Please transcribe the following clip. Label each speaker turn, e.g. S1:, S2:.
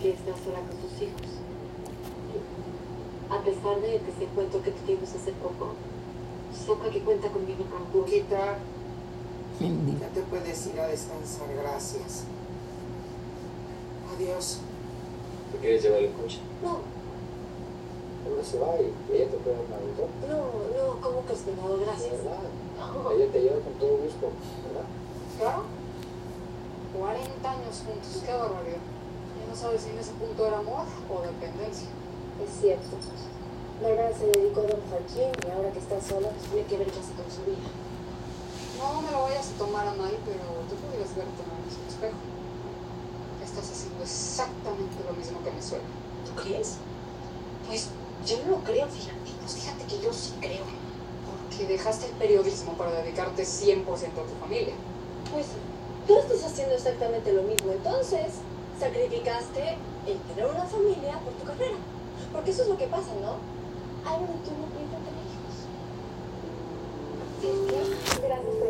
S1: que estás sola con tus hijos. A pesar de que se encuentro que tuvimos hace poco, sepa que cuenta conmigo en Cancún.
S2: Quita, ya te puedes ir a descansar, gracias. Adiós.
S3: ¿Te quieres llevar el coche?
S1: No,
S3: Ella se va y ella te puede dar una auto.
S1: no, no, como que has pegado, gracias.
S3: ¿Verdad?
S1: No,
S3: Ella te lleva con todo gusto, ¿verdad?
S2: Claro. 40 años juntos, qué barbaridad. Ya no sabes si en ese punto era amor o dependencia.
S1: es cierto. Bárbara se dedicó a Don Joaquín y ahora que está sola, pues tiene que ver ya con su vida.
S2: No me lo vayas a tomar a mal, pero tú podrías verte en el espejo. Estás haciendo exactamente lo mismo que me suena.
S1: ¿Tú crees? Pues yo no lo creo, fíjate. Pues fíjate que yo sí creo.
S2: Porque dejaste el periodismo para dedicarte 100% a tu familia.
S1: Pues tú estás haciendo exactamente lo mismo. Entonces, sacrificaste el tener una familia por tu carrera. Porque eso es lo que pasa, ¿no? Algo de tú no piensa tener hijos. Sí, claro. Gracias por
S2: Pues,